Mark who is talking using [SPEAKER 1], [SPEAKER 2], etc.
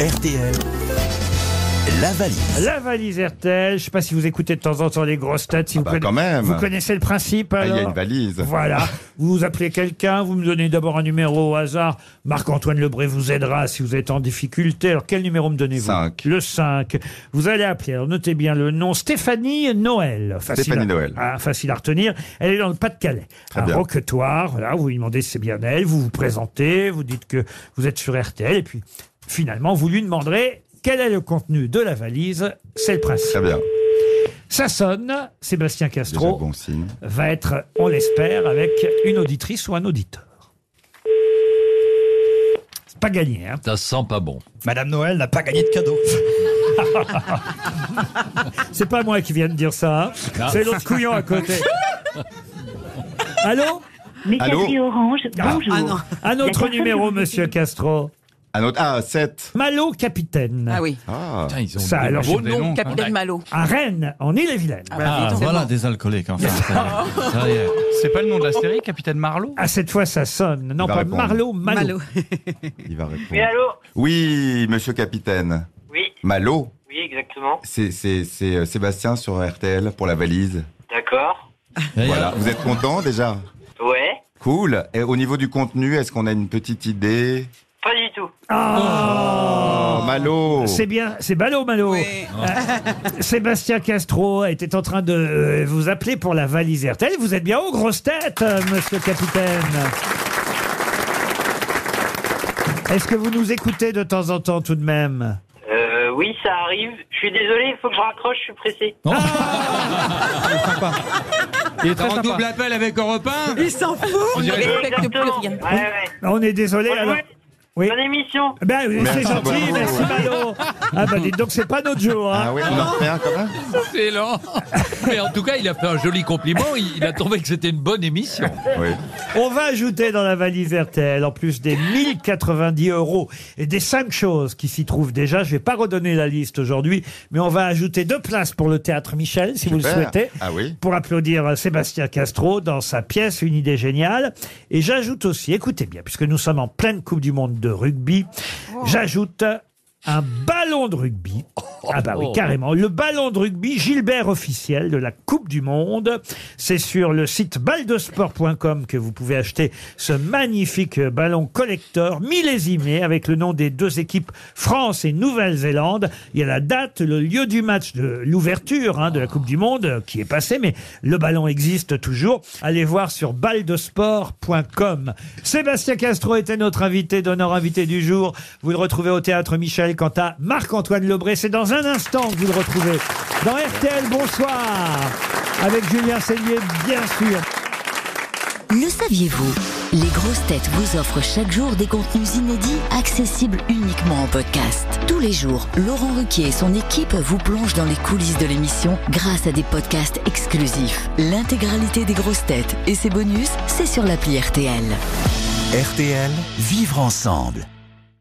[SPEAKER 1] RTL. La valise.
[SPEAKER 2] La valise RTL. Je sais pas si vous écoutez de temps en temps les grosses têtes. Si vous,
[SPEAKER 3] bah,
[SPEAKER 2] conna-
[SPEAKER 3] quand même.
[SPEAKER 2] vous connaissez le principe.
[SPEAKER 3] Ah, Il y a
[SPEAKER 2] alors
[SPEAKER 3] une valise.
[SPEAKER 2] Voilà. Vous appelez quelqu'un, vous me donnez d'abord un numéro au hasard. Marc-Antoine Lebré vous aidera si vous êtes en difficulté. Alors, quel numéro me donnez-vous
[SPEAKER 3] Cinq.
[SPEAKER 2] Le 5. Vous allez appeler. Alors, notez bien le nom. Stéphanie Noël. Facile
[SPEAKER 3] Stéphanie
[SPEAKER 2] à-
[SPEAKER 3] Noël.
[SPEAKER 2] ah, facile à retenir. Elle est dans le Pas-de-Calais.
[SPEAKER 3] Très
[SPEAKER 2] Un
[SPEAKER 3] bien.
[SPEAKER 2] roquetoire. Voilà, vous lui demandez si c'est bien elle. Vous vous présentez. Vous dites que vous êtes sur RTL. Et puis, finalement, vous lui demanderez quel est le contenu de la valise. C'est le
[SPEAKER 3] Très
[SPEAKER 2] principe.
[SPEAKER 3] bien.
[SPEAKER 2] Ça sonne. Sébastien
[SPEAKER 3] Déjà
[SPEAKER 2] Castro
[SPEAKER 3] bon signe.
[SPEAKER 2] va être, on l'espère, avec une auditrice ou un auditeur. C'est pas gagné, hein.
[SPEAKER 4] Ça sent pas bon.
[SPEAKER 5] Madame Noël n'a pas gagné de cadeau.
[SPEAKER 2] C'est pas moi qui viens de dire ça. hein.
[SPEAKER 4] Non.
[SPEAKER 2] C'est l'autre couillon à côté. Allô
[SPEAKER 6] Messagerie Orange, bonjour.
[SPEAKER 2] Un
[SPEAKER 6] La
[SPEAKER 2] autre
[SPEAKER 6] personne
[SPEAKER 2] numéro,
[SPEAKER 6] que vous
[SPEAKER 2] monsieur Castro.
[SPEAKER 3] Un autre. Ah, 7.
[SPEAKER 2] Malo Capitaine.
[SPEAKER 7] Ah oui.
[SPEAKER 3] Ah.
[SPEAKER 4] Putain, ils ont
[SPEAKER 2] Ça,
[SPEAKER 4] des
[SPEAKER 2] alors,
[SPEAKER 4] beaux
[SPEAKER 2] c'est
[SPEAKER 4] noms.
[SPEAKER 7] Capitaine Malo.
[SPEAKER 2] À Rennes, en Ille-et-Vilaine.
[SPEAKER 5] Ah,
[SPEAKER 7] forcément.
[SPEAKER 5] voilà des alcooliques, enfin. Ça y est.
[SPEAKER 8] C'est pas le nom de la série, Capitaine Marlowe
[SPEAKER 2] Ah, cette fois, ça sonne. Non,
[SPEAKER 3] Il va
[SPEAKER 2] pas
[SPEAKER 3] répondre.
[SPEAKER 2] Marlo, Malo.
[SPEAKER 7] Malo.
[SPEAKER 3] Il va répondre.
[SPEAKER 9] Oui, allô
[SPEAKER 3] Oui, monsieur capitaine.
[SPEAKER 9] Oui,
[SPEAKER 3] Malo,
[SPEAKER 9] oui, exactement.
[SPEAKER 3] c'est c'est- c'est, euh, Sébastien sur RTL pour la valise.
[SPEAKER 9] D'accord.
[SPEAKER 3] Voilà. Vous êtes content déjà
[SPEAKER 9] Ouais,
[SPEAKER 3] Cool. Et au niveau du contenu, est-ce qu'on a une petite idée
[SPEAKER 9] pas du tout.
[SPEAKER 2] Ah
[SPEAKER 3] Oh, Malo
[SPEAKER 2] C'est bien, c'est ballot, Malo. Euh, Sébastien Castro était en train de euh, vous appeler pour la valise RTL. Vous êtes bien aux grosses têtes, euh, monsieur le capitaine. Est-ce que vous nous écoutez de temps en temps tout de même
[SPEAKER 9] Euh, oui, ça arrive. Je suis désolé, il faut que je raccroche, je suis pressé.
[SPEAKER 8] Il est très sympa.
[SPEAKER 5] appel avec Europe 1
[SPEAKER 7] Il s'en fout. On ne respecte plus
[SPEAKER 9] Exactement.
[SPEAKER 7] rien.
[SPEAKER 9] Ouais, ouais.
[SPEAKER 2] On est désolé
[SPEAKER 9] Bonne,
[SPEAKER 2] alors. Oui.
[SPEAKER 9] bonne émission.
[SPEAKER 2] Ben, oui, c'est
[SPEAKER 3] Merci
[SPEAKER 2] gentil,
[SPEAKER 3] beaucoup,
[SPEAKER 2] merci
[SPEAKER 3] ouais.
[SPEAKER 2] Malo. Ah ben dites donc, c'est pas notre jour. hein.
[SPEAKER 3] Ah oui, on en refait un quand même
[SPEAKER 4] Excellent. Mais en tout cas, il a fait un joli compliment. Il, il a trouvé que c'était une bonne émission.
[SPEAKER 3] Oui.
[SPEAKER 2] On va ajouter dans la valise RTL, en plus des 1090 euros et des cinq choses qui s'y trouvent déjà. Je vais pas redonner la liste aujourd'hui, mais on va ajouter deux places pour le théâtre Michel, si vous le
[SPEAKER 3] Super.
[SPEAKER 2] souhaitez.
[SPEAKER 3] Ah oui.
[SPEAKER 2] Pour applaudir Sébastien Castro dans sa pièce Une idée géniale. Et j'ajoute aussi, écoutez bien, puisque nous sommes en pleine Coupe du Monde de rugby, j'ajoute un ballon de rugby. Ah bah oui,
[SPEAKER 4] Oh.
[SPEAKER 2] carrément. Le ballon de rugby Gilbert officiel de la Coupe du Monde. C'est sur le site baldesport.com que vous pouvez acheter ce magnifique ballon collector millésimé avec le nom des deux équipes France et Nouvelle-Zélande. Il y a la date, le lieu du match de l'ouverture hein, de la Coupe du Monde euh, qui est passée, mais le ballon existe toujours. Allez voir sur baldesport.com. Sébastien Castro était notre invité d'honneur invité du jour. Vous le retrouvez au théâtre Michel. Quant à Marc-Antoine Lebré, c'est dans un instant que vous le retrouvez dans RTL. Bonsoir avec Julien Seignet, bien sûr.
[SPEAKER 10] Le saviez-vous Les grosses têtes vous offrent chaque jour des contenus inédits accessibles uniquement en podcast. Tous les jours, Laurent Ruquier et son équipe vous plongent dans les coulisses de l'émission grâce à des podcasts exclusifs. L'intégralité des grosses têtes et ses bonus, c'est sur l'appli RTL.
[SPEAKER 1] RTL, vivre ensemble.